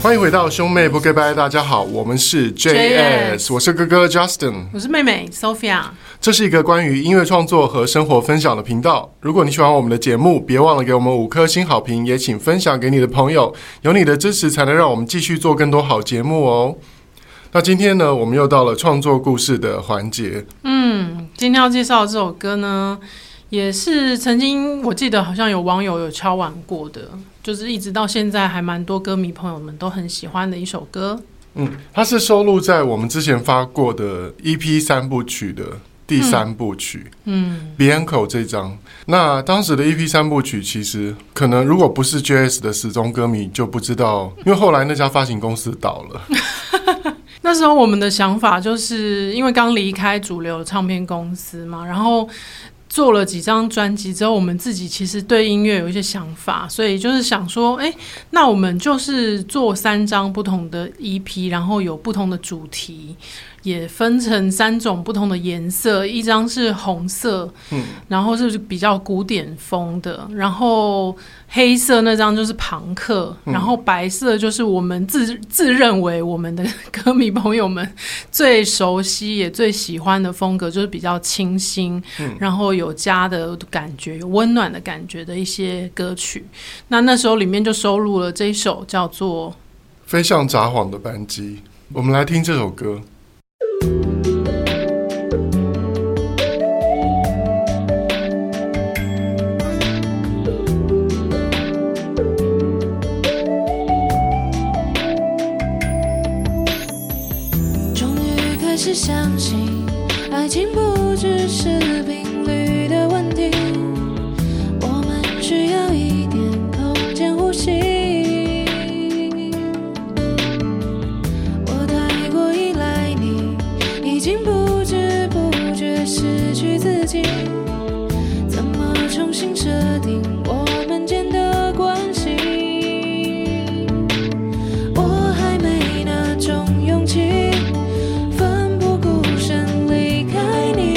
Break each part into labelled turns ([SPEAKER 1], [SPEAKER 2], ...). [SPEAKER 1] 欢迎回到兄妹不 g o 大家好，我们是 JS，我是哥哥 Justin。
[SPEAKER 2] 我是妹妹 Sophia。
[SPEAKER 1] 这是一个关于音乐创作和生活分享的频道。如果你喜欢我们的节目，别忘了给我们五颗星好评，也请分享给你的朋友。有你的支持，才能让我们继续做更多好节目哦。那今天呢，我们又到了创作故事的环节。
[SPEAKER 2] 嗯，今天要介绍的这首歌呢，也是曾经我记得好像有网友有敲完过的，就是一直到现在还蛮多歌迷朋友们都很喜欢的一首歌。
[SPEAKER 1] 嗯，它是收录在我们之前发过的 EP 三部曲的第三部曲。
[SPEAKER 2] 嗯，
[SPEAKER 1] Bianco 这张，那当时的 EP 三部曲，其实可能如果不是 JS 的死忠歌迷就不知道，因为后来那家发行公司倒了。
[SPEAKER 2] 那时候我们的想法就是因为刚离开主流唱片公司嘛，然后做了几张专辑之后，我们自己其实对音乐有一些想法，所以就是想说，哎、那我们就是做三张不同的 EP，然后有不同的主题，也分成三种不同的颜色，一张是红色，
[SPEAKER 1] 嗯，
[SPEAKER 2] 然后是比较古典风的，然后黑色那张就是朋克，
[SPEAKER 1] 嗯
[SPEAKER 2] 然后白色就是我们自自认为我们的歌迷朋友们最熟悉也最喜欢的风格，就是比较清新，
[SPEAKER 1] 嗯
[SPEAKER 2] 然后有家的感觉，有温暖的感觉的一些歌曲。那那时候里面就收录了这一首叫做
[SPEAKER 1] 飞向札幌的班机，我们来听这首歌。
[SPEAKER 3] 终于开始相信，爱情不只是频率的问题，我们需要一点空间呼吸。我太过依赖你，已经不知不觉失去自己，怎么重新设定我们间的关系？我还没那种勇气。奋不顾身离开你，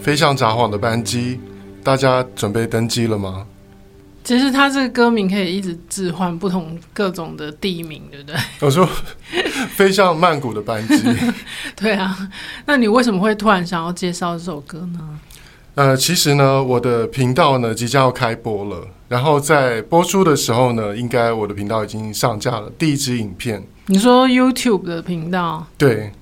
[SPEAKER 1] 飞向札幌的班机，大家准备登机了吗？
[SPEAKER 2] 其实它这个歌名可以一直置换不同各种的地名，对不 对？
[SPEAKER 1] 我说飞向曼谷的班机，
[SPEAKER 2] 对啊，那你为什么会突然想要介绍这首歌呢？
[SPEAKER 1] 呃，其实呢，我的频道呢即将要开播了，然后在播出的时候呢，应该我的频道已经上架了第一支影片，
[SPEAKER 2] 你说 YouTube 的频道，
[SPEAKER 1] 对，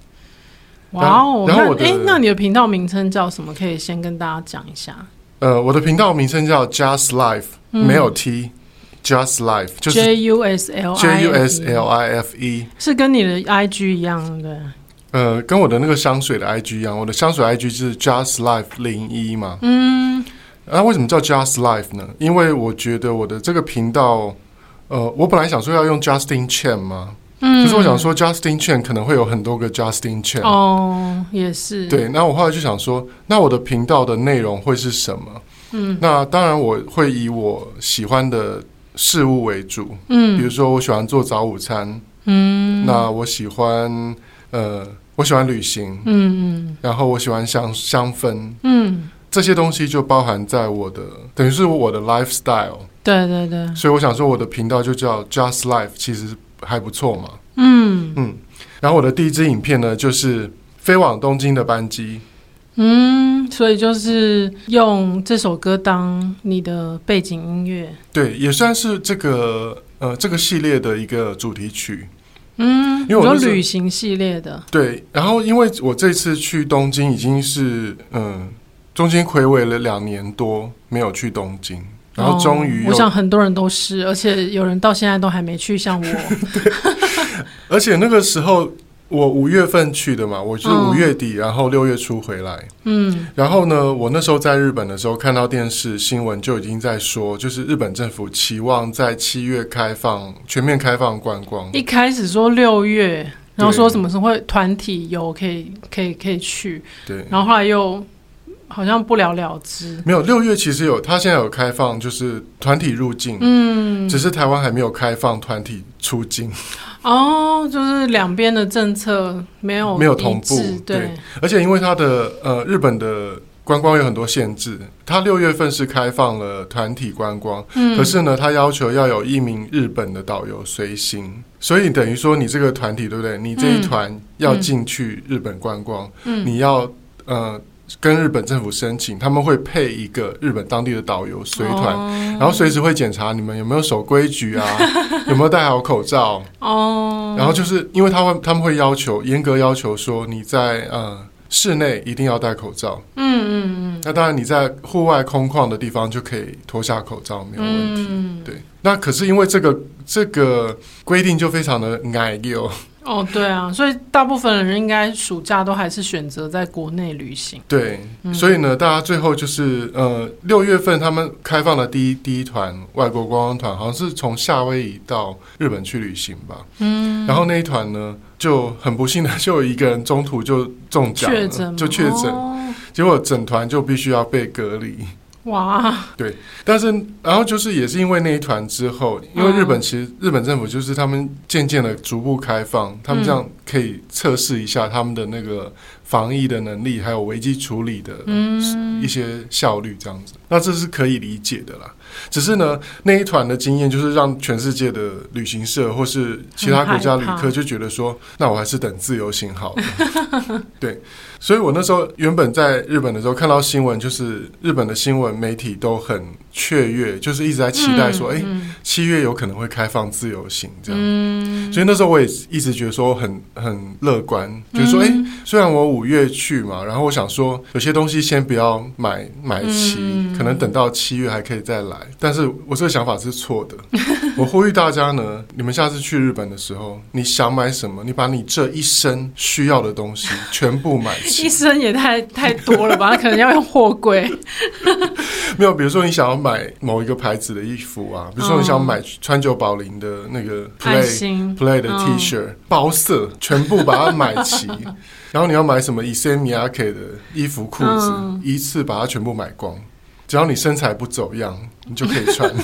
[SPEAKER 2] 哇哦，
[SPEAKER 1] 然后然后
[SPEAKER 2] 那
[SPEAKER 1] 我的
[SPEAKER 2] 诶那你的频道名称叫什么？可以先跟大家讲一下。
[SPEAKER 1] 呃，我的频道名称叫 Just Life，、
[SPEAKER 2] 嗯
[SPEAKER 1] 没有 T，Just Life 就是
[SPEAKER 2] J U S L
[SPEAKER 1] J
[SPEAKER 2] I
[SPEAKER 1] U S L I F E，
[SPEAKER 2] 是跟你的 IG 一样的，
[SPEAKER 1] 呃，跟我的那个香水的 IG 一样，我的香水 IG 是 Just Life 零一嘛。
[SPEAKER 2] 嗯，
[SPEAKER 1] 那为什么叫 Just Life 呢？因为我觉得我的这个频道，呃，我本来想说要用 Justin Chen 嘛，
[SPEAKER 2] 嗯
[SPEAKER 1] 可是我想说 Justin Chen 可能会有很多个 Justin Chen，、
[SPEAKER 2] 哦，也是，
[SPEAKER 1] 对，那我后来就想说，那我的频道的内容会是什么？
[SPEAKER 2] 嗯
[SPEAKER 1] 那当然我会以我喜欢的事物为主，比如
[SPEAKER 2] 嗯
[SPEAKER 1] 说我喜欢做早午餐，
[SPEAKER 2] 嗯，
[SPEAKER 1] 那我喜欢呃，我喜欢旅行，
[SPEAKER 2] 嗯嗯
[SPEAKER 1] 然后我喜欢香香氛，
[SPEAKER 2] 嗯，
[SPEAKER 1] 这些东西就包含在我的，等于是我的 lifestyle。
[SPEAKER 2] 对对对，
[SPEAKER 1] 所以我想说，我的频道就叫 Just Life，其实还不错嘛。
[SPEAKER 2] 嗯
[SPEAKER 1] 嗯，然后我的第一支影片呢，就是飞往东京的班机。
[SPEAKER 2] 嗯，所以就是用这首歌当你的背景音乐，
[SPEAKER 1] 对，也算是这个呃这个系列的一个主题曲。
[SPEAKER 2] 嗯，
[SPEAKER 1] 因为我
[SPEAKER 2] 有
[SPEAKER 1] 那时候
[SPEAKER 2] 旅行系列的，
[SPEAKER 1] 对，然后因为我这次去东京已经是嗯，中间暌违了两年多没有去东京，然后终于
[SPEAKER 2] 哦
[SPEAKER 1] 又、
[SPEAKER 2] 我想很多人都是，而且有人到现在都还没去，像我，
[SPEAKER 1] 而且那个时候我五月份去的嘛，我是
[SPEAKER 2] 嗯
[SPEAKER 1] 五月底，然后六月初回来。
[SPEAKER 2] 嗯
[SPEAKER 1] 然后呢，我那时候在日本的时候，看到电视新闻就已经在说，就是日本政府期望在七月开放全面开放观光。
[SPEAKER 2] 一开始说六月，然后说
[SPEAKER 1] 对
[SPEAKER 2] 什么时候会团体游可以可以可以去，
[SPEAKER 1] 对，
[SPEAKER 2] 然后后来又好像不了了之。
[SPEAKER 1] 没有六月其实有，它现在有开放，就是团体入境。
[SPEAKER 2] 嗯，
[SPEAKER 1] 只是台湾还没有开放团体出境，
[SPEAKER 2] 哦，就是两边的政策没有
[SPEAKER 1] 没有同步
[SPEAKER 2] 一致对，
[SPEAKER 1] 对而且因为它的呃日本的观光有很多限制，它六月份是开放了团体观光，
[SPEAKER 2] 嗯，
[SPEAKER 1] 可是呢，它要求要有一名日本的导游随行，所以等于说你这个团体对不对？你这一团要进去日本观光，
[SPEAKER 2] 嗯
[SPEAKER 1] 你要呃跟日本政府申请，他们会配一个日本当地的导游随团，
[SPEAKER 2] 哦
[SPEAKER 1] 然后随时会检查你们有没有守规矩 啊，有没有戴好口罩。
[SPEAKER 2] 哦，
[SPEAKER 1] 然后就是因为他们他们会要求严格要求说你在呃室内一定要戴口罩，
[SPEAKER 2] 嗯嗯
[SPEAKER 1] 那当然你在户外空旷的地方就可以脱下口罩，没有问题。
[SPEAKER 2] 嗯，嗯，
[SPEAKER 1] 对，那可是因为这个这个规定就非常的矮幼，
[SPEAKER 2] 哦对啊，所以大部分人应该暑假都还是选择在国内旅行。
[SPEAKER 1] 对，
[SPEAKER 2] 嗯
[SPEAKER 1] 所以呢，大家最后就是呃六月份他们开放的第一第一团外国观光团，好像是从夏威夷到日本去旅行吧，
[SPEAKER 2] 嗯，
[SPEAKER 1] 然后那一团呢就很不幸的就有一个人中途就中奖
[SPEAKER 2] 确
[SPEAKER 1] 了，
[SPEAKER 2] 诊吗
[SPEAKER 1] 就确诊，
[SPEAKER 2] 哦
[SPEAKER 1] 结果整团就必须要被隔离。
[SPEAKER 2] 哇，
[SPEAKER 1] 但是，然后就是也是因为那一团之后，因为日
[SPEAKER 2] 嗯
[SPEAKER 1] 本其实日本政府就是他们渐渐的逐步开放，他们这
[SPEAKER 2] 嗯
[SPEAKER 1] 样可以测试一下他们的那个防疫的能力，还有危机处理的
[SPEAKER 2] 嗯
[SPEAKER 1] 一些效率，这样子。那这是可以理解的啦。只是呢，那一团的经验就是让全世界的旅行社或是其他国家旅
[SPEAKER 2] 很害怕
[SPEAKER 1] 客就觉得说，那我还是等自由行好了。 对，所以我那时候原本在日本的时候看到新闻，就是日本的新闻媒体都很雀跃，就是一直在期待说，哎、
[SPEAKER 2] 嗯
[SPEAKER 1] 七月有可能会开放自由行这样。
[SPEAKER 2] 嗯，
[SPEAKER 1] 所以那时候我也一直觉得说很很乐观，就是说，哎、
[SPEAKER 2] 嗯
[SPEAKER 1] 虽然我五月去嘛，然后我想说有些东西先不要买买齐，
[SPEAKER 2] 嗯
[SPEAKER 1] 可能等到七月还可以再来。但是我这个想法是错 的。我呼吁大家呢，你们下次去日本的时候，你想买什么，你把你这一生需要的 东西全部买
[SPEAKER 2] 医
[SPEAKER 1] 齐。
[SPEAKER 2] 生也太太多 了吧？可能要用货柜。
[SPEAKER 1] 没有，比如说你想要买某一个牌子的衣服啊，比如说你想
[SPEAKER 2] 嗯
[SPEAKER 1] 买川久保玲的那个 Play
[SPEAKER 2] 爱心
[SPEAKER 1] Play 的
[SPEAKER 2] 嗯
[SPEAKER 1] T 恤、包色，全部把它买 齐。然后你要买什么 i s e m i a k 的衣服、裤子，
[SPEAKER 2] 嗯
[SPEAKER 1] 一次把它全部买光。只要你身材不走样，你就可 以穿。
[SPEAKER 2] 啊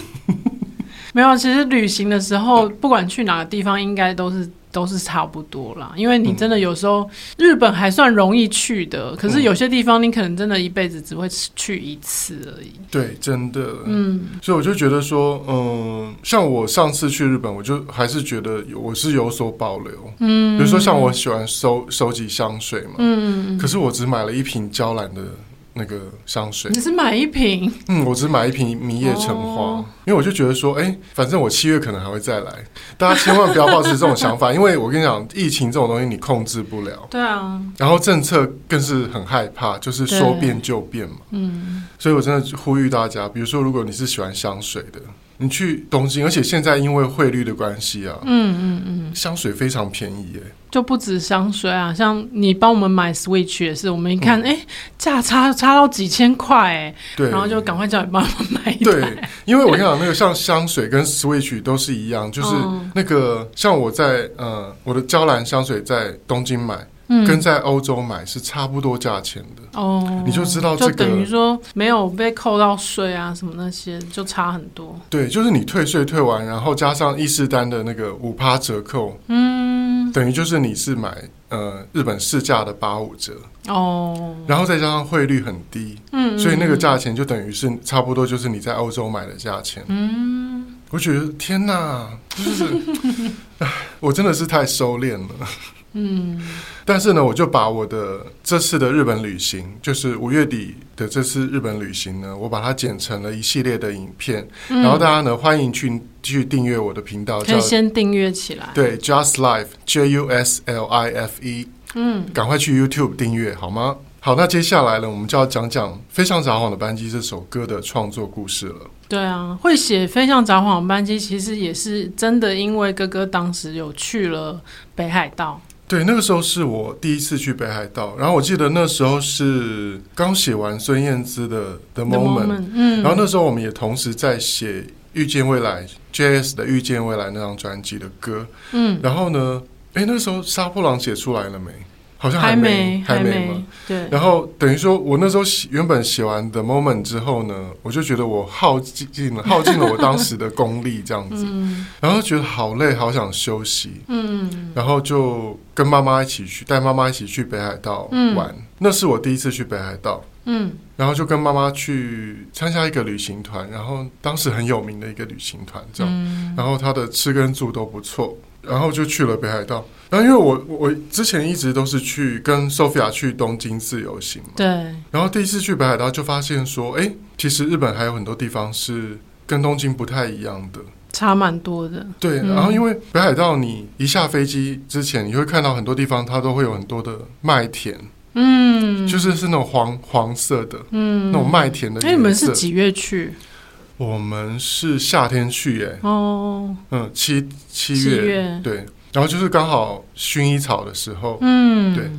[SPEAKER 2] 没有，其实旅行的时候，不管去哪个地方，应该都是都是差不多啦。因为你真的有时候、日本还算容易去的，可
[SPEAKER 1] 嗯
[SPEAKER 2] 是有些地方你可能真的一辈子只会去一次而已。
[SPEAKER 1] 对，真的，
[SPEAKER 2] 嗯，
[SPEAKER 1] 所以我就觉得说，嗯，像我上次去日本，我就还是觉得有我是有所保留。嗯，比如说像我喜欢收收集香水嘛，嗯，可是我只买了一瓶娇兰的那个香水
[SPEAKER 2] 你，是买一瓶，
[SPEAKER 1] 嗯，我只买一瓶迷夜橙花，
[SPEAKER 2] 哦
[SPEAKER 1] 因为我就觉得说，哎、反正我七月可能还会再来，大家千万不要抱持这种想法，因为我跟你讲，疫情这种东西你控制不了，
[SPEAKER 2] 对啊，
[SPEAKER 1] 然后政策更是很害怕，就是说变就变嘛。
[SPEAKER 2] 嗯，
[SPEAKER 1] 所以我真的呼吁大家，比如说，如果你是喜欢香水的，你去东京，而且现在因为汇率的关系啊，
[SPEAKER 2] 嗯嗯嗯，
[SPEAKER 1] 香水非常便宜耶、
[SPEAKER 2] 就不止香水啊，像你帮我们买 Switch 也是，我们一看，哎、价差差到几千块、哎，
[SPEAKER 1] 嗯对，
[SPEAKER 2] 然后就赶快叫你帮我们买一台。
[SPEAKER 1] 对，因为我跟你讲，那个像香水跟 Switch 都是一样，就是
[SPEAKER 2] 嗯
[SPEAKER 1] 那个像我在呃我的娇兰香水在东京买，
[SPEAKER 2] 嗯
[SPEAKER 1] 跟在欧洲买是差不多价钱的。
[SPEAKER 2] 哦，
[SPEAKER 1] 你就知道这
[SPEAKER 2] 就
[SPEAKER 1] 个
[SPEAKER 2] 等于说没有被扣到税啊，什么那些就差很多。
[SPEAKER 1] 对，就是你退税退完，然后加上伊势丹的那个五趴折扣，
[SPEAKER 2] 嗯，
[SPEAKER 1] 等于就是你是买呃日本市价的八五折，
[SPEAKER 2] 哦，
[SPEAKER 1] 然后再加上汇率很低，
[SPEAKER 2] 嗯，
[SPEAKER 1] 所以那个价钱就等于是差不多就是你在欧洲买的价钱。
[SPEAKER 2] 嗯，
[SPEAKER 1] 我觉得天哪，就是 唉我真的是太收敛了。
[SPEAKER 2] 嗯
[SPEAKER 1] 但是呢，我就把我的这次的日本旅行，就是五月底的这次日本旅行呢，我把它剪成了一系列的影片，
[SPEAKER 2] 嗯，
[SPEAKER 1] 然后大
[SPEAKER 2] 家
[SPEAKER 1] 家呢欢迎去去订阅我的频道，
[SPEAKER 2] 可
[SPEAKER 1] 叫
[SPEAKER 2] 以先订阅起来。，
[SPEAKER 1] 对 Just Life J U S L I F E，
[SPEAKER 2] 嗯，
[SPEAKER 1] 赶快去 YouTube 订阅好吗？好，那接下来呢，我们就要讲讲《非常撒谎的班机》这首歌的创作故事了。
[SPEAKER 2] 对啊，会写《飞向札幌班机》，其实也是真的，因为哥哥当时有去了北海道。
[SPEAKER 1] 对，那个时候是我第一次去北海道，然后我记得那时候是刚写完孙燕姿的《The
[SPEAKER 2] The
[SPEAKER 1] Moment》，
[SPEAKER 2] 嗯，
[SPEAKER 1] 然后那时候我们也同时在写《遇见未来》JS 的《遇见未来》那张专辑的歌。
[SPEAKER 2] 嗯，
[SPEAKER 1] 然后呢，哎，那时候杀破狼写出来了没？好像
[SPEAKER 2] 还
[SPEAKER 1] 没，
[SPEAKER 2] 还
[SPEAKER 1] 没
[SPEAKER 2] 没
[SPEAKER 1] 嘛。，
[SPEAKER 2] 对，
[SPEAKER 1] 然后等于说，我那时候写原本写完《The Moment》之后呢，我就觉得我耗尽了，耗尽了我当时的功力这样子，
[SPEAKER 2] 嗯
[SPEAKER 1] 然后觉得好累，好想休息。
[SPEAKER 2] 嗯
[SPEAKER 1] 然后就跟妈妈一起去，带妈妈一起去北海道玩。那是我第一次去北海道，
[SPEAKER 2] 嗯
[SPEAKER 1] 然后就跟妈妈去参加一个旅行团，然后当时很有名的一个旅行团，这样，
[SPEAKER 2] 嗯，
[SPEAKER 1] 然后他的吃跟住都不错，然后就去了北海道。然后因为我我我之前一直都是去跟 Sophia 去东京自由行嘛，
[SPEAKER 2] 对，
[SPEAKER 1] 然后第一次去北海道就发现说，哎，其实日本还有很多地方是跟东京不太一样的。
[SPEAKER 2] 差蛮多的。
[SPEAKER 1] 对，
[SPEAKER 2] 嗯
[SPEAKER 1] 然后因为北海道，你一下飞机之前，你会看到很多地方它都会有很多的麦田，
[SPEAKER 2] 嗯，
[SPEAKER 1] 就是是那种黄黄色的、
[SPEAKER 2] 嗯
[SPEAKER 1] 那种麦田的
[SPEAKER 2] 哎，你们
[SPEAKER 1] 颜
[SPEAKER 2] 是
[SPEAKER 1] 色。
[SPEAKER 2] 几月去？
[SPEAKER 1] 我们是夏天去耶，
[SPEAKER 2] 哦，
[SPEAKER 1] 嗯，七七
[SPEAKER 2] 七
[SPEAKER 1] 月
[SPEAKER 2] 月
[SPEAKER 1] 对，然后就是刚好薰衣草的时候，
[SPEAKER 2] 嗯，
[SPEAKER 1] 对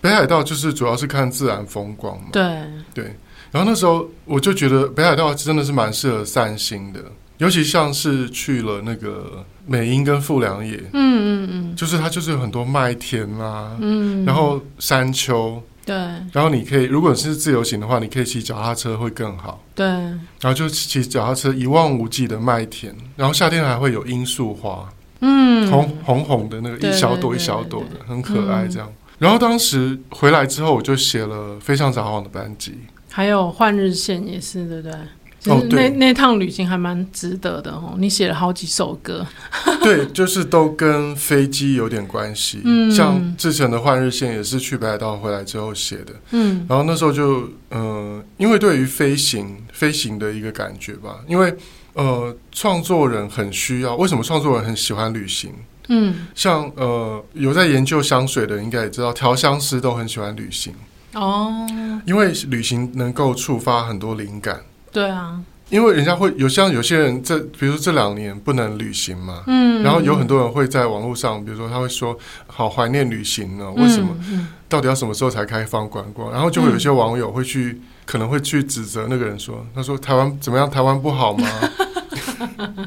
[SPEAKER 1] 北海道就是主要是看自然风光嘛。
[SPEAKER 2] 对，
[SPEAKER 1] 对，然后那时候我就觉得北海道真的是蛮适合散心的，尤其像是去了那个美瑛跟富良野，
[SPEAKER 2] 嗯嗯嗯
[SPEAKER 1] 就是它就是有很多麦田啦、
[SPEAKER 2] 嗯，
[SPEAKER 1] 然后山丘，
[SPEAKER 2] 对
[SPEAKER 1] 然后你可以，如果你是自由行的话，你可以骑脚踏车会更好。
[SPEAKER 2] 对，
[SPEAKER 1] 然后就骑脚踏车一望无际的麦田，然后夏天还会有罂粟花，
[SPEAKER 2] 嗯，
[SPEAKER 1] 红红红的那个
[SPEAKER 2] 对
[SPEAKER 1] 一小朵
[SPEAKER 2] 对
[SPEAKER 1] 一小朵
[SPEAKER 2] 对
[SPEAKER 1] 的，很可爱这样。然后当时回来之后，我就写了《飞向撒谎的班 级》，
[SPEAKER 2] 还有换日线也是，对不对？其实
[SPEAKER 1] 哦对
[SPEAKER 2] 那那趟旅行还蛮值得的哦。你写了好几首歌，
[SPEAKER 1] 对，就是都跟飞机有点关系。
[SPEAKER 2] 嗯
[SPEAKER 1] 像之前的《换日线》也是去北海道回来之后写的。
[SPEAKER 2] 嗯
[SPEAKER 1] 然后那时候就呃，因为对于飞行飞行的一个感觉吧，因为呃，创作人很需要。为什么创作人很喜欢旅行？
[SPEAKER 2] 嗯，
[SPEAKER 1] 像呃，有在研究香水的人应该也知道，调香师都很喜欢旅行，
[SPEAKER 2] 哦，
[SPEAKER 1] 因为旅行能够触发很多灵感。
[SPEAKER 2] 对啊，
[SPEAKER 1] 因为人家会有像有些人这，比如说这两年不能旅行嘛，
[SPEAKER 2] 嗯，
[SPEAKER 1] 然后有很多人会在网络上，比如说他会说好怀念旅行呢、为什么？
[SPEAKER 2] 嗯？
[SPEAKER 1] 到底要什么时候才开放观光？然后就会有一些网友会去，可能会去指责那个人说：“他说台湾怎么样？台湾不好吗？”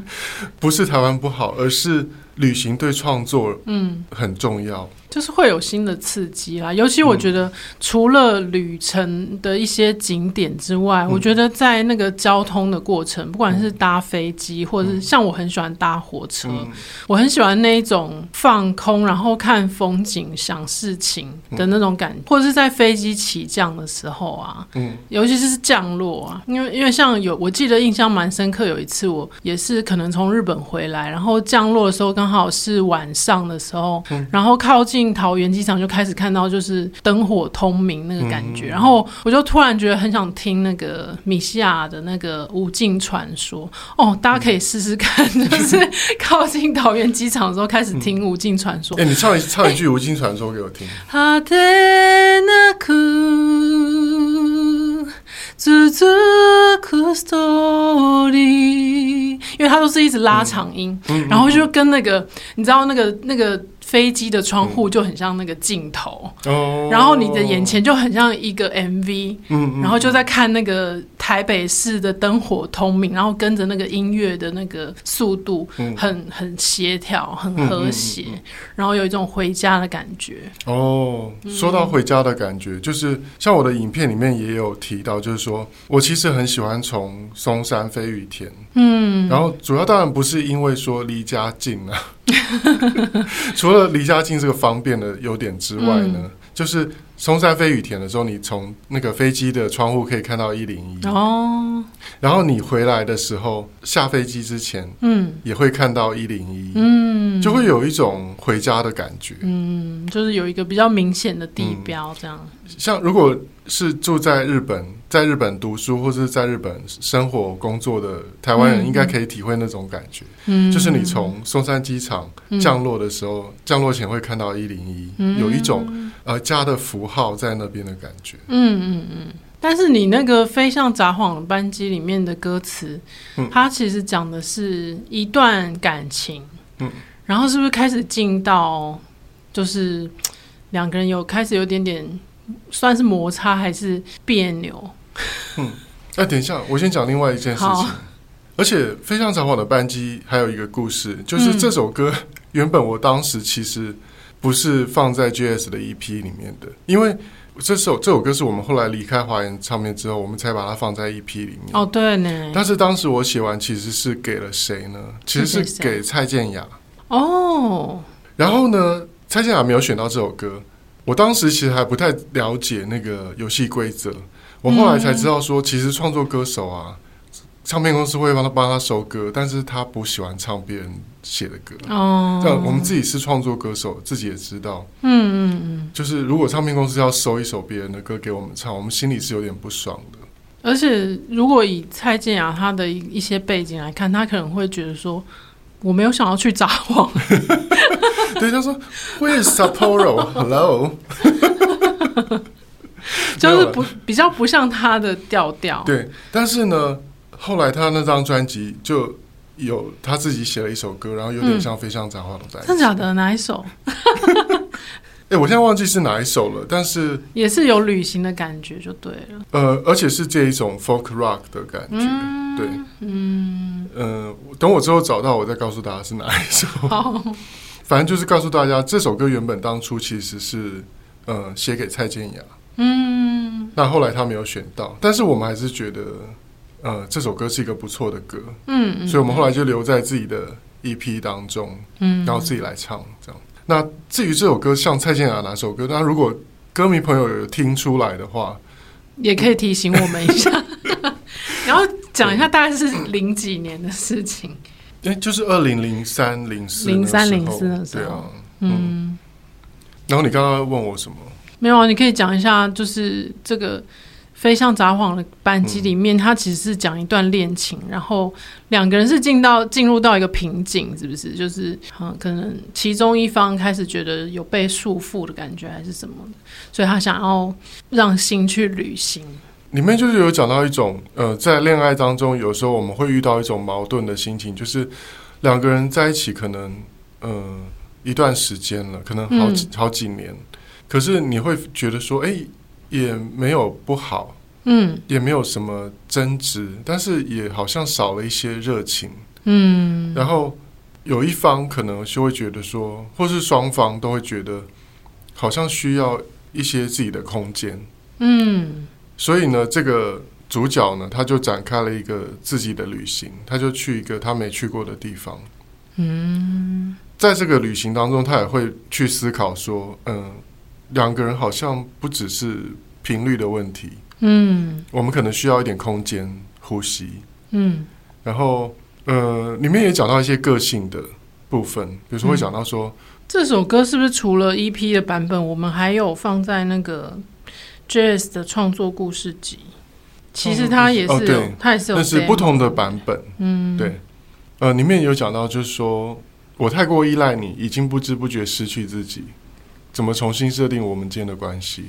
[SPEAKER 1] 不是台湾不好，而是旅行对创作
[SPEAKER 2] 嗯嗯，
[SPEAKER 1] 很重要。
[SPEAKER 2] 就就是会有新的刺激啦。尤其我觉
[SPEAKER 1] 嗯
[SPEAKER 2] 得，除了旅程的一些景点之外，
[SPEAKER 1] 嗯
[SPEAKER 2] 我觉得在那个交通的过程，不管是搭飞机，或者是像我很喜欢搭火车，
[SPEAKER 1] 嗯
[SPEAKER 2] 我很喜欢那一种放空，然后看风景、想事情的那种感觉，或者是在飞机起降的时候啊，
[SPEAKER 1] 嗯
[SPEAKER 2] 尤其是降落啊，因为因为像有我记得印象蛮深刻，有一次我也是可能从日本回来，然后降落的时候刚好是晚上的时候，然后靠近桃园机场就开始看到就是灯火通明那个感觉，然后我就突然觉得很想听那个米西亚的那个《无尽传说》哦，大家可以试试看，就是靠近桃园机场的时候开始听《无尽传说》
[SPEAKER 1] 哎、你唱一唱一句《无尽传说》给我听。
[SPEAKER 2] 果てなく続くストーリー，因为它都是一直拉长音，
[SPEAKER 1] 嗯
[SPEAKER 2] 然后就跟那个你知道那个那个飞机的窗户就很像那个镜头，
[SPEAKER 1] 哦
[SPEAKER 2] 然后你的眼，前就很像一个 MV，
[SPEAKER 1] 嗯
[SPEAKER 2] 然后就在看那个台北市的灯火通明，然后跟着那个音乐的那个速度
[SPEAKER 1] 嗯
[SPEAKER 2] 很很协调，很和谐，然后有一种回家的感觉。
[SPEAKER 1] 哦，说到回家的感觉，就是像我的影片里面也有提到，就是说我其实很喜欢从松山飞羽田，
[SPEAKER 2] 嗯，
[SPEAKER 1] 然后主要当然不是因为说离家近啊， 除了离家近这个方便的优点之外呢，
[SPEAKER 2] 嗯
[SPEAKER 1] 就是松山飞羽田的时候，你从那个飞机的窗户可以看到一零一，
[SPEAKER 2] 哦，
[SPEAKER 1] 然后你回来的时候下飞机之前
[SPEAKER 2] 嗯
[SPEAKER 1] 也会看到一零一，
[SPEAKER 2] 嗯，
[SPEAKER 1] 就会有一种回家的感觉。
[SPEAKER 2] 嗯，就是有一个比较明显的地标这样。
[SPEAKER 1] 像如果是住在日本，在日本读书或是在日本生活工作的台湾人，
[SPEAKER 2] 嗯
[SPEAKER 1] 应该可以体会那种感觉，
[SPEAKER 2] 嗯，
[SPEAKER 1] 就是你从松山机场
[SPEAKER 2] 嗯
[SPEAKER 1] 降落的时候，降落前会看到一零一，
[SPEAKER 2] 嗯
[SPEAKER 1] 有一种呃家的符号在那边的感觉。
[SPEAKER 2] 嗯嗯嗯。但是你那个《飞向札幌的班机》里面的歌词，
[SPEAKER 1] 嗯
[SPEAKER 2] 它其实讲的是一段感情，
[SPEAKER 1] 嗯
[SPEAKER 2] 然后是不是开始进到就是两个人有开始有点点算是摩擦还是别扭？
[SPEAKER 1] 哎、等一下，我先讲另外一件事情
[SPEAKER 2] 好。
[SPEAKER 1] 而且《飞向札幌的班机》还有一个故事，就是
[SPEAKER 2] 嗯
[SPEAKER 1] 这首歌、原本我当时其实不是放在 GS 的 EP 里面的，因为这首这首歌是我们后来离开华研唱片之后，我们才把它放在 EP 里面。
[SPEAKER 2] 哦，对呢，
[SPEAKER 1] 但是当时我写完其实是给了谁呢？其实
[SPEAKER 2] 是
[SPEAKER 1] 是
[SPEAKER 2] 给谁
[SPEAKER 1] 给蔡健雅。
[SPEAKER 2] 哦，
[SPEAKER 1] 然后呢，蔡健雅没有选到这首歌。我当时其实还不太了解那个游戏规则，我后来才知道说，其实创作歌手啊，唱片公司会帮他帮他收歌，但是他不喜欢唱别人写的歌。
[SPEAKER 2] 哦，
[SPEAKER 1] 但我们自己是创作歌手，自己也知道，
[SPEAKER 2] 嗯嗯嗯，
[SPEAKER 1] 就是如果唱片公司要收一首别人的歌给我们唱，我们心里是有点不爽的。
[SPEAKER 2] 而且如果以蔡健雅她的一一些背景来看，她可能会觉得说，我没有想要去札幌，
[SPEAKER 1] 对，他说 Where is Sapporo？Hello？
[SPEAKER 2] 就是不比较不像她的调调。
[SPEAKER 1] 对，但是呢，后来他那张专辑就有他自己写了一首歌，然后有点像《飞向杂花的白》。
[SPEAKER 2] 嗯真假的哪一首
[SPEAKER 1] 哎、我现在忘记是哪一首了，但是
[SPEAKER 2] 也是有旅行的感觉，就对了。
[SPEAKER 1] 呃，而且是这一种 folk rock 的感觉。
[SPEAKER 2] 嗯，
[SPEAKER 1] 对，
[SPEAKER 2] 嗯，
[SPEAKER 1] 呃，等我之后找到，我再告诉大家是哪一首。
[SPEAKER 2] 好，
[SPEAKER 1] 反正就是告诉大家，这首歌原本当初其实是呃写给蔡健雅，
[SPEAKER 2] 嗯
[SPEAKER 1] 那后来他没有选到，但是我们还是觉得呃这首歌是一个不错的歌，
[SPEAKER 2] 嗯，
[SPEAKER 1] 所以我们后来就留在自己的 EP 当中。
[SPEAKER 2] 嗯，
[SPEAKER 1] 然后自己来唱这样。那至于这首歌像蔡健雅哪首歌，那如果歌迷朋友有听出来的话，
[SPEAKER 2] 也可以提醒我们一下， 然后讲一下大概是零几年的事情。
[SPEAKER 1] 哎，就是二零零三零四
[SPEAKER 2] 03 04的时
[SPEAKER 1] 对
[SPEAKER 2] 候
[SPEAKER 1] 啊，嗯。
[SPEAKER 2] 嗯，
[SPEAKER 1] 然后你刚刚问我什么？
[SPEAKER 2] 没有啊，你可以讲一下，就是这个《飞向札幌》的班机里面，它其实是讲一段恋情，然后两个人是进到进入到一个瓶颈，是不是？就是嗯，可能其中一方开始觉得有被束缚的感觉，还是什么的，所以他想要让心去旅行。
[SPEAKER 1] 里面就是有讲到一种呃，在恋爱当中，有时候我们会遇到一种矛盾的心情，就是两个人在一起可能呃一段时间了，可能好几、好几年，可是你会觉得说，哎，也没有不好，
[SPEAKER 2] 嗯
[SPEAKER 1] 也没有什么争执，但是也好像少了一些热情。
[SPEAKER 2] 嗯
[SPEAKER 1] 然后有一方可能就会觉得说，或是双方都会觉得好像需要一些自己的空间，
[SPEAKER 2] 嗯
[SPEAKER 1] 所以呢，这个主角呢，他就展开了一个自己的旅行，他就去一个他没去过的地方。
[SPEAKER 2] 嗯
[SPEAKER 1] 在这个旅行当中，他也会去思考说，嗯，两个人好像不只是频率的问题，
[SPEAKER 2] 嗯
[SPEAKER 1] 我们可能需要一点空间呼吸。
[SPEAKER 2] 嗯
[SPEAKER 1] 然后，呃，里面也讲到一些个性的部分，比如说会
[SPEAKER 2] 嗯
[SPEAKER 1] 讲到说，
[SPEAKER 2] 这首歌是不是除了 EP 的版本，我们还有放在那个 Jazz 的创作故事集？其实它也
[SPEAKER 1] 哦
[SPEAKER 2] 是有
[SPEAKER 1] 对，
[SPEAKER 2] 它也是有
[SPEAKER 1] 那是
[SPEAKER 2] demo
[SPEAKER 1] 不同的版本。
[SPEAKER 2] 嗯，
[SPEAKER 1] 对，呃，里面有讲到，就是说我太过依赖你，已经不知不觉失去自己，怎么重新设定我们间的关系？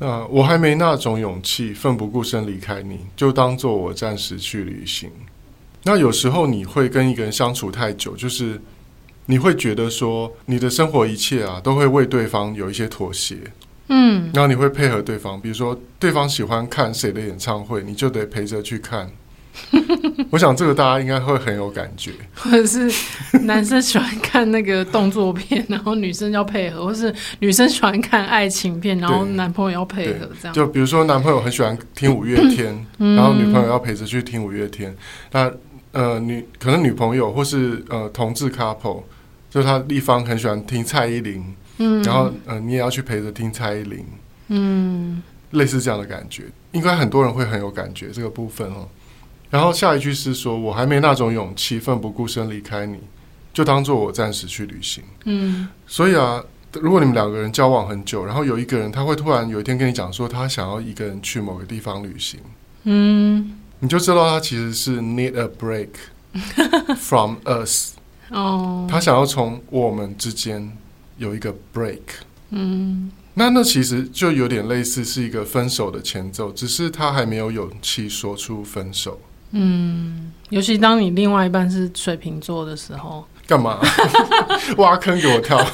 [SPEAKER 1] 那我还没那种勇气，奋不顾身离开你，就当做我暂时去旅行。那有时候你会跟一个人相处太久，就是你会觉得说，你的生活一切啊，都会为对方有一些妥协，
[SPEAKER 2] 嗯
[SPEAKER 1] 然后你会配合对方，比如说对方喜欢看谁的演唱会，你就得陪着去看。 我想这个大家应该会很有感觉。
[SPEAKER 2] 或者是男生喜欢看那个动作片，然后女生要配合，或是女生喜欢看爱情片，然后
[SPEAKER 1] 对
[SPEAKER 2] 男朋友要配合，这样嗯
[SPEAKER 1] 就比如说，男朋友很喜欢听五月天，然后女朋友要陪着去听五月天。那呃，女可能女朋友或是呃同志 couple，就是他一方很喜欢听蔡依林，
[SPEAKER 2] 嗯，
[SPEAKER 1] 然后呃你也要去陪着听蔡依林，
[SPEAKER 2] 嗯
[SPEAKER 1] 类似这样的感觉，应该很多人会很有感觉这个部分哦。然后下一句是说：“我还没那种勇气，奋不顾身离开你，就当做我暂时去旅行。”
[SPEAKER 2] 嗯
[SPEAKER 1] 所以啊，如果你们两个人交往很久，然后有一个人他会突然有一天跟你讲说他想要一个人去某个地方旅行，
[SPEAKER 2] 嗯
[SPEAKER 1] 你就知道他其实是 need a break from us，
[SPEAKER 2] 哦，
[SPEAKER 1] 他想要从我们之间有一个 break。
[SPEAKER 2] 嗯
[SPEAKER 1] 那那其实就有点类似是一个分手的前奏，只是他还没有勇气说出分手。
[SPEAKER 2] 嗯，尤其当你另外一半是水瓶座的时候，
[SPEAKER 1] 干嘛 挖坑给我跳？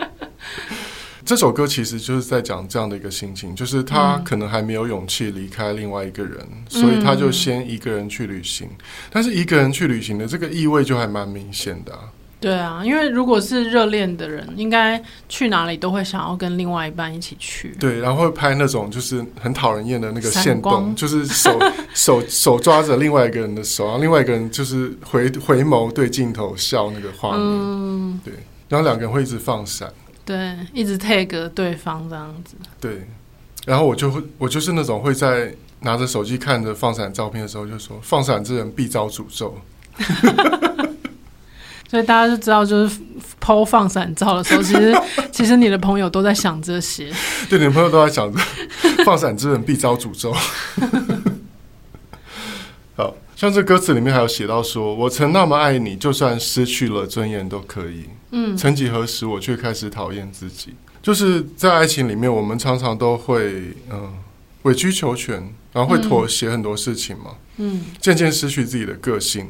[SPEAKER 1] 这首歌其实就是在讲这样的一个心情，就是他
[SPEAKER 2] 嗯
[SPEAKER 1] 可能还没有勇气离开另外一个人，所以他就先一个人去旅行。但是一个人去旅行的这个意味就还蛮明显的、啊，
[SPEAKER 2] 对啊，因为如果是热恋的人，应该去哪里都会想要跟另外一半一起去。
[SPEAKER 1] 对。然后会拍那种就是很讨人厌的那个
[SPEAKER 2] 闪
[SPEAKER 1] 线动，
[SPEAKER 2] 光
[SPEAKER 1] 就是 手手手抓着另外一个人的手，然后另外一个人就是回回眸对镜头笑那个画面，
[SPEAKER 2] 嗯，
[SPEAKER 1] 然后两个人会一直放闪。
[SPEAKER 2] 对，一直 tag 对方这样子。
[SPEAKER 1] 对，然后我就会，我就是那种会在拿着手机看着放闪照片的时候，就说放闪之人必遭诅咒。
[SPEAKER 2] 所以大家就知道，就是抛放闪照的时候，其 实其实你的朋友都在想这些。
[SPEAKER 1] 对，女朋友都在想着 放闪之人必遭诅咒。 好像这歌词里面还有写到说，我曾那么爱你，就算失去了尊严都可以。
[SPEAKER 2] 嗯
[SPEAKER 1] 曾几何时，我却开始讨厌自己。就是在爱情里面，我们常常都会嗯、呃委曲求全，然后会妥协很多事情嘛。
[SPEAKER 2] 嗯
[SPEAKER 1] 渐渐失去自己的个性。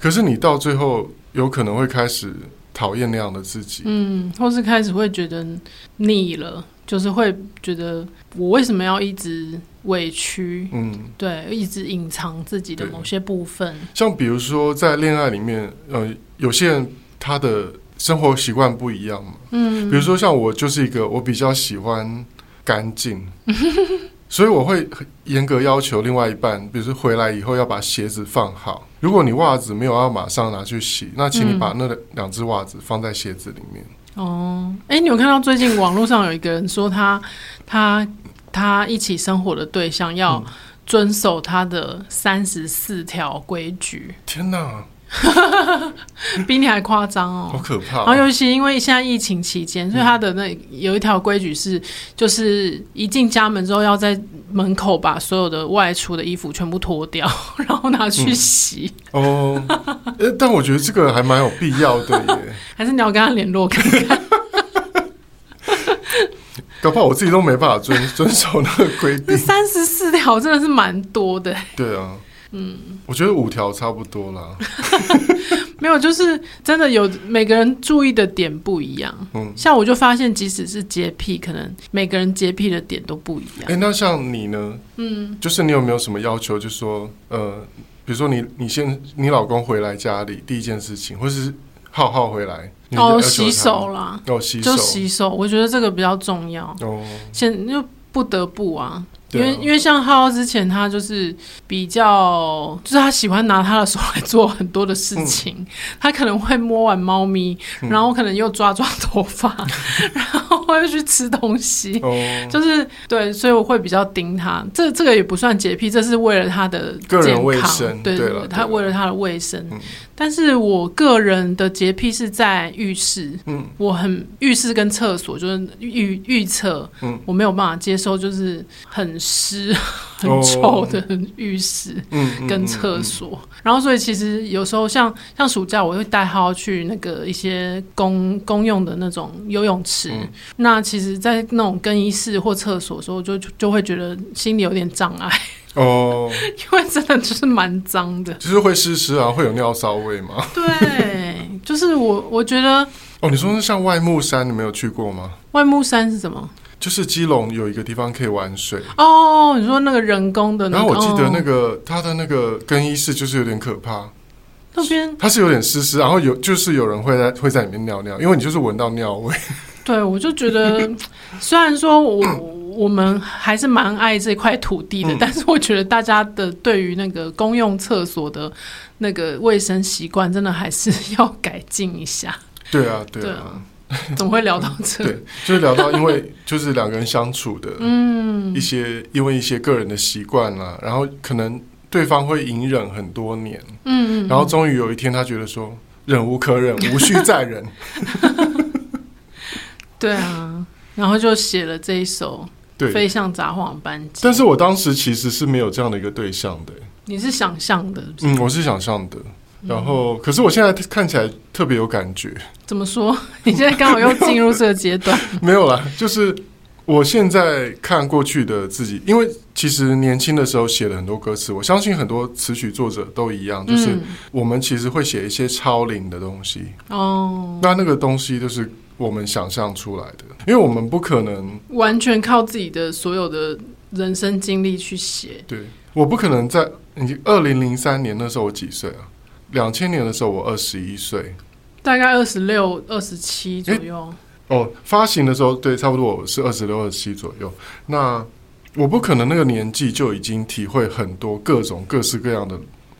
[SPEAKER 1] 可是你到最后有可能会开始讨厌那样的自己。
[SPEAKER 2] 嗯，或是开始会觉得腻了，就是会觉得我为什么要一直委屈？
[SPEAKER 1] 嗯，
[SPEAKER 2] 对，一直隐藏自己的
[SPEAKER 1] 对
[SPEAKER 2] 某些部分。
[SPEAKER 1] 像比如说在恋爱里面，呃，有些人他的生活习惯不一样嘛。
[SPEAKER 2] 嗯，
[SPEAKER 1] 比如说像我就是一个我比较喜欢干 净，所以我会很严格要求另外一半，比如说回来以后要把鞋子放好。如果你袜子没有要马上拿去洗，那请你
[SPEAKER 2] 嗯
[SPEAKER 1] 把那两只袜子放在鞋子里面。
[SPEAKER 2] 哦，哎、你有看到最近网络上有一个人说他他他一起生活的对象要
[SPEAKER 1] 嗯
[SPEAKER 2] 遵守他的三十四条规矩，
[SPEAKER 1] 天哪，
[SPEAKER 2] 比你还夸张
[SPEAKER 1] 好
[SPEAKER 2] 哦。
[SPEAKER 1] 可怕
[SPEAKER 2] 然
[SPEAKER 1] 哦、嗯
[SPEAKER 2] 后尤其因为现在疫情期间，所以他的那有一条规矩是，就是一进家门之后要在门口把所有的外出的衣服全部脱掉， 然后拿
[SPEAKER 1] 嗯
[SPEAKER 2] 去洗。
[SPEAKER 1] 哦，呃，但我觉得这个还蛮有必要的 耶，
[SPEAKER 2] 还是你要跟他联 络看看？
[SPEAKER 1] 搞不好我自己都没办法遵遵守那个规
[SPEAKER 2] 这
[SPEAKER 1] 定。
[SPEAKER 2] 三十四条真的是蛮多的、
[SPEAKER 1] 对啊，嗯，我觉得五条差不多啦。
[SPEAKER 2] 没有，就是真的有每个人注意的点不一样。
[SPEAKER 1] 嗯，
[SPEAKER 2] 像我就发现，即使是洁癖，可能每个人洁癖的点都不一
[SPEAKER 1] 哎、
[SPEAKER 2] 样。
[SPEAKER 1] 那像你呢？
[SPEAKER 2] 嗯，
[SPEAKER 1] 就是你有没有什么要求？就说呃，比如说你你先你老公回来家里第一件事情，或是浩浩回来，你的
[SPEAKER 2] 哦，
[SPEAKER 1] 要求
[SPEAKER 2] 洗
[SPEAKER 1] 是什
[SPEAKER 2] 手
[SPEAKER 1] 么，
[SPEAKER 2] 啦，
[SPEAKER 1] 哦，洗手，
[SPEAKER 2] 就洗手，我觉得这个比较重要。
[SPEAKER 1] 哦，
[SPEAKER 2] 现就不得不啊，因
[SPEAKER 1] 对啊
[SPEAKER 2] 为因为像浩浩之前他就是比较，就是他喜欢拿他的手来做很多的事情，他可能会摸完猫咪，
[SPEAKER 1] 嗯
[SPEAKER 2] 然后可能又抓抓头发， 然后又去吃东西。
[SPEAKER 1] 哦，
[SPEAKER 2] 就是对，所以我会比较盯他。这这个也不算洁癖，这是为了他的
[SPEAKER 1] 个人
[SPEAKER 2] 健康
[SPEAKER 1] 卫生
[SPEAKER 2] 对
[SPEAKER 1] 对
[SPEAKER 2] 对
[SPEAKER 1] 了
[SPEAKER 2] 他
[SPEAKER 1] 对了
[SPEAKER 2] 为了他的卫生。
[SPEAKER 1] 嗯
[SPEAKER 2] 但是我个人的洁癖是在浴室，
[SPEAKER 1] 嗯
[SPEAKER 2] 我很浴室跟厕所就是预预测，
[SPEAKER 1] 嗯
[SPEAKER 2] 我没有办法接受，就是很湿、 很
[SPEAKER 1] 哦
[SPEAKER 2] 臭的浴室
[SPEAKER 1] 嗯，嗯
[SPEAKER 2] 跟
[SPEAKER 1] 嗯
[SPEAKER 2] 厕所。然后，所以其实有时候像像暑假，我会带浩浩去那个一些公公用的那种游泳池。
[SPEAKER 1] 嗯
[SPEAKER 2] 那其实，在那种更衣室或厕所的时候，就就就会觉得心里有点障碍，
[SPEAKER 1] 哦，。
[SPEAKER 2] 因为真的就是蛮脏的
[SPEAKER 1] 就是会湿湿啊，会有尿骚味吗？
[SPEAKER 2] 对， 就是我我觉得
[SPEAKER 1] 哦，你说是像外木山，你没有去过吗？
[SPEAKER 2] 外木山是什么？
[SPEAKER 1] 就是基隆有一个地方可以玩水，
[SPEAKER 2] 哦，你说那个人工的、那
[SPEAKER 1] 然
[SPEAKER 2] 个，
[SPEAKER 1] 后我记得那
[SPEAKER 2] 哦、
[SPEAKER 1] 个它的那个更衣室就是有点可怕，
[SPEAKER 2] 那边，
[SPEAKER 1] 它是有点湿湿，然后有就是有人会在会在里面尿尿，因为你就是闻到尿味。
[SPEAKER 2] 对我就觉得，虽然说我我们还是蛮爱这块土地的，
[SPEAKER 1] 嗯
[SPEAKER 2] 但是我觉得大家的对于那个公用厕所的那个卫生习惯，真的还是要改进一 下。
[SPEAKER 1] 对啊，对
[SPEAKER 2] 对
[SPEAKER 1] 啊
[SPEAKER 2] 啊，怎么会聊到这？
[SPEAKER 1] 对， 就是聊到因为就是两个人相处的
[SPEAKER 2] 嗯
[SPEAKER 1] 一，些，因为一些个人的习惯啦，然后可能对方会隐忍很多年，
[SPEAKER 2] 嗯嗯，
[SPEAKER 1] 然后终于有一天他觉得说忍无可忍，无需再忍，
[SPEAKER 2] 对啊，然后就写了这一首《
[SPEAKER 1] 对。
[SPEAKER 2] 飞向札幌班级》，
[SPEAKER 1] 但是我当时其实是没有这样的一个对象的、
[SPEAKER 2] 你是想象的，
[SPEAKER 1] 嗯，我是想象的。然后，可是我现在看起来特别有感觉，
[SPEAKER 2] 怎么说？ 你现在刚好又进入这个阶段，
[SPEAKER 1] 没有啦，就是我现在看过去的自己，因为其实年轻的时候写了很多歌词，我相信很多词曲作者都一样， 就是
[SPEAKER 2] 嗯、
[SPEAKER 1] 我们其实会写一些超龄的东西，
[SPEAKER 2] 哦，
[SPEAKER 1] 那那个东西就是我们想象出来的，因为我们不可能
[SPEAKER 2] 完全靠自己的所有的人生经历去写。
[SPEAKER 1] 对，我不可能在你二零零三年那时候我几岁啊？两千年的时候我二十一岁，
[SPEAKER 2] 大概二十六、二十七左右，
[SPEAKER 1] 哦，发行的时候对，差不多我是二十六、二十七左右。那我不可能那个年纪就已经体会很多各种各式各样的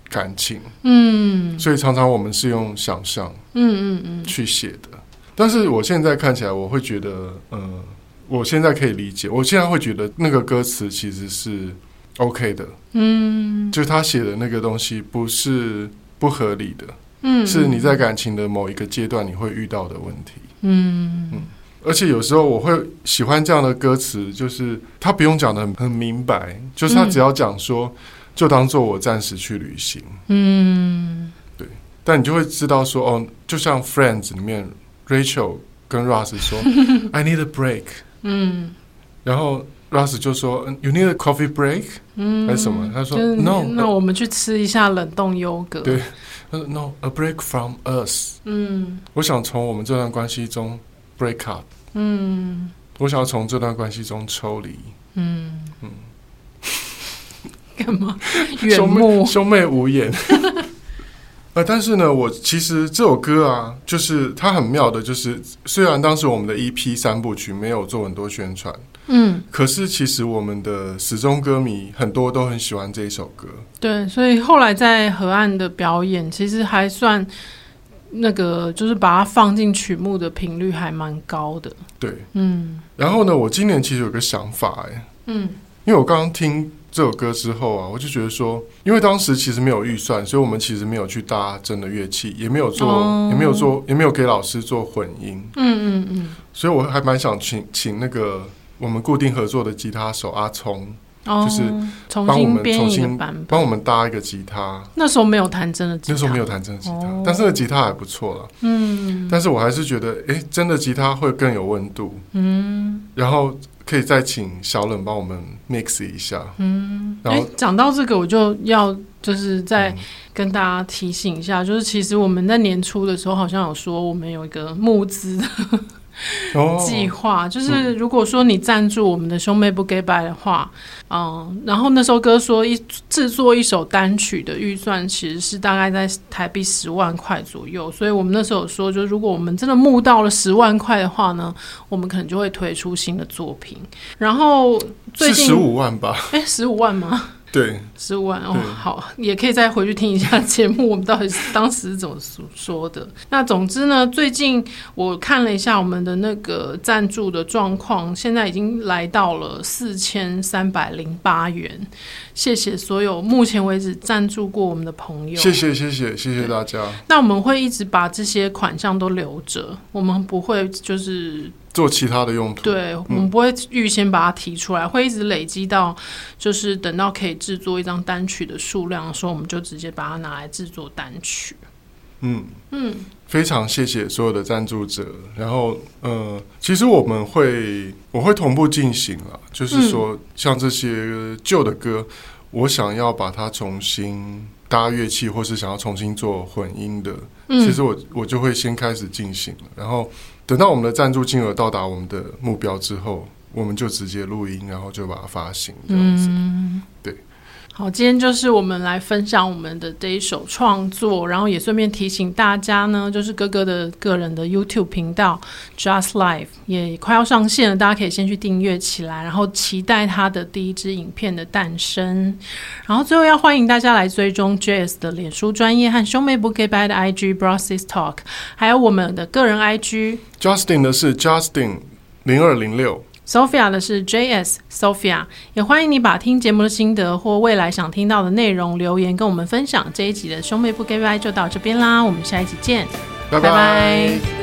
[SPEAKER 1] 感情，
[SPEAKER 2] 嗯
[SPEAKER 1] 所以常常我们是用想象
[SPEAKER 2] 嗯嗯嗯，
[SPEAKER 1] 去写的。但是我现在看起来，我会觉得，嗯，我现在可以理解，我现在会觉得那个歌词其实是 OK 的，
[SPEAKER 2] 嗯
[SPEAKER 1] 就是他写的那个东西不是不合理的，
[SPEAKER 2] 嗯，
[SPEAKER 1] 是你在感情的某一个阶段你会遇到的问题。
[SPEAKER 2] 嗯
[SPEAKER 1] 嗯而且有时候我会喜欢这样的歌词，就是他不用讲的很很明白，就是他只要讲说，就当做我暂时去旅行，
[SPEAKER 2] 嗯
[SPEAKER 1] 但你就会知道说，哦，就像《Friends》里面 Rachel 跟 Russ 说，I need a break，
[SPEAKER 2] 嗯
[SPEAKER 1] 然后 Russ 就说嗯，You need a coffee break？
[SPEAKER 2] 嗯，
[SPEAKER 1] 还是什么他说
[SPEAKER 2] 就是你
[SPEAKER 1] "No,
[SPEAKER 2] 那我们去吃一下冷冻优格。
[SPEAKER 1] 对他说 No，a break from us。
[SPEAKER 2] 嗯
[SPEAKER 1] 我想从我们这段关系中 break up，
[SPEAKER 2] 嗯
[SPEAKER 1] 我想要从这段关系中抽离。
[SPEAKER 2] 嗯
[SPEAKER 1] 嗯
[SPEAKER 2] 嗯，干嘛？远
[SPEAKER 1] 兄
[SPEAKER 2] 目
[SPEAKER 1] 妹，兄妹无言。 呃，但是呢，我其实这首歌啊，就是它很妙的，就是虽然当时我们的 EP 三部曲没有做很多宣传，
[SPEAKER 2] 嗯，
[SPEAKER 1] 可是其实我们的始终歌迷很多都很喜欢这一首歌。
[SPEAKER 2] 对，所以后来在河岸的表演，其实还算那个，就是把它放进曲目的频率还蛮高的。
[SPEAKER 1] 对，
[SPEAKER 2] 嗯
[SPEAKER 1] 然后呢，我今年其实有个想法哎、
[SPEAKER 2] 嗯
[SPEAKER 1] 因为我刚刚听这首歌之后啊，我就觉得说，因为当时其实没有预算，所以我们其实没有去搭真的乐器，也没有做，
[SPEAKER 2] 哦
[SPEAKER 1] 也没有做，也没有给老师做混音。
[SPEAKER 2] 嗯嗯嗯，
[SPEAKER 1] 所以我还蛮想请请那个我们固定合作的吉他手阿聪，
[SPEAKER 2] 哦，
[SPEAKER 1] 就是
[SPEAKER 2] 重
[SPEAKER 1] 帮我
[SPEAKER 2] 新
[SPEAKER 1] 们
[SPEAKER 2] 编
[SPEAKER 1] 重
[SPEAKER 2] 一个
[SPEAKER 1] 新
[SPEAKER 2] 版本。
[SPEAKER 1] 帮我们搭一个吉他。
[SPEAKER 2] 那时候没有弹真的吉他，
[SPEAKER 1] 那时候没有弹真的吉他，
[SPEAKER 2] 哦
[SPEAKER 1] 但是那个吉他还不错了。
[SPEAKER 2] 嗯
[SPEAKER 1] 但是我还是觉得，诶，真的吉他会更有温度。
[SPEAKER 2] 嗯
[SPEAKER 1] 然后可以再请小冷帮我们 mix 一下。
[SPEAKER 2] 嗯。
[SPEAKER 1] 然后
[SPEAKER 2] 诶讲到这个，我就要就是在
[SPEAKER 1] 嗯
[SPEAKER 2] 跟大家提醒一下，就是其实我们在年初的时候好像有说我们有一个募资的
[SPEAKER 1] 哦，嗯
[SPEAKER 2] 计划，就是如果说你赞助我们的兄妹不给拜的话，嗯，然后那首歌说一制作一首单曲的预算其实是大概在台币十万块左右，所以我们那时候有说，就如果我们真的募到了十万块的话呢，我们可能就会推出新的作品。然后最
[SPEAKER 1] 是
[SPEAKER 2] 近
[SPEAKER 1] 十五万吧？
[SPEAKER 2] 哎，十五万吗？
[SPEAKER 1] 对，
[SPEAKER 2] 十五万哦
[SPEAKER 1] 对，
[SPEAKER 2] 好，也可以再回去听一下节目，我们到底是当时是怎么说说的。那总之呢，最近我看了一下我们的那个赞助的状况，现在已经来到了四千三百零八元。谢谢所有目前为止赞助过我们的朋友，
[SPEAKER 1] 谢谢谢谢谢谢大家，
[SPEAKER 2] 那我们会一直把这些款项都留着，我们不会就是
[SPEAKER 1] 做其他的用途。
[SPEAKER 2] 对，我们不会预先把它提出来，会一直累积到，就是等到可以制作一张单曲的数量的时候，我们就直接把它拿来制作单曲。
[SPEAKER 1] 嗯，非常谢谢所有的赞助者。然后，呃，其实我们会我会同步进行了，就是说，像这些旧的歌，我想要把它重新搭乐器，或是想要重新做混音的，
[SPEAKER 2] 嗯，
[SPEAKER 1] 其实我我就会先开始进行了。然后等到我们的赞助金额到达我们的目标之后，我们就直接录音，然后就把它发行这样子。
[SPEAKER 2] 嗯，
[SPEAKER 1] 对。
[SPEAKER 2] 好，今天就是我们来分享我们的这一首创作，然后也顺便提醒大家呢，就是哥哥的个人的 YouTube 频道 Just Life 也快要上线了，大家可以先去订阅起来，然后期待他的第一支影片的诞生。然后最后要欢迎大家来追踪 JS 的脸书专业和兄妹不 g a y bye 的 IG Brosis Talk，还有我们的个人 IG
[SPEAKER 1] Justin 的是 Justin 零二零六。
[SPEAKER 2] Sophia 的是 JS Sophia，也欢迎你把听节目的心得或未来想听到的内容留言跟我们分享。这一集的兄妹不 g a y 就到这边啦，我们下一集见，
[SPEAKER 1] 拜
[SPEAKER 2] 拜拜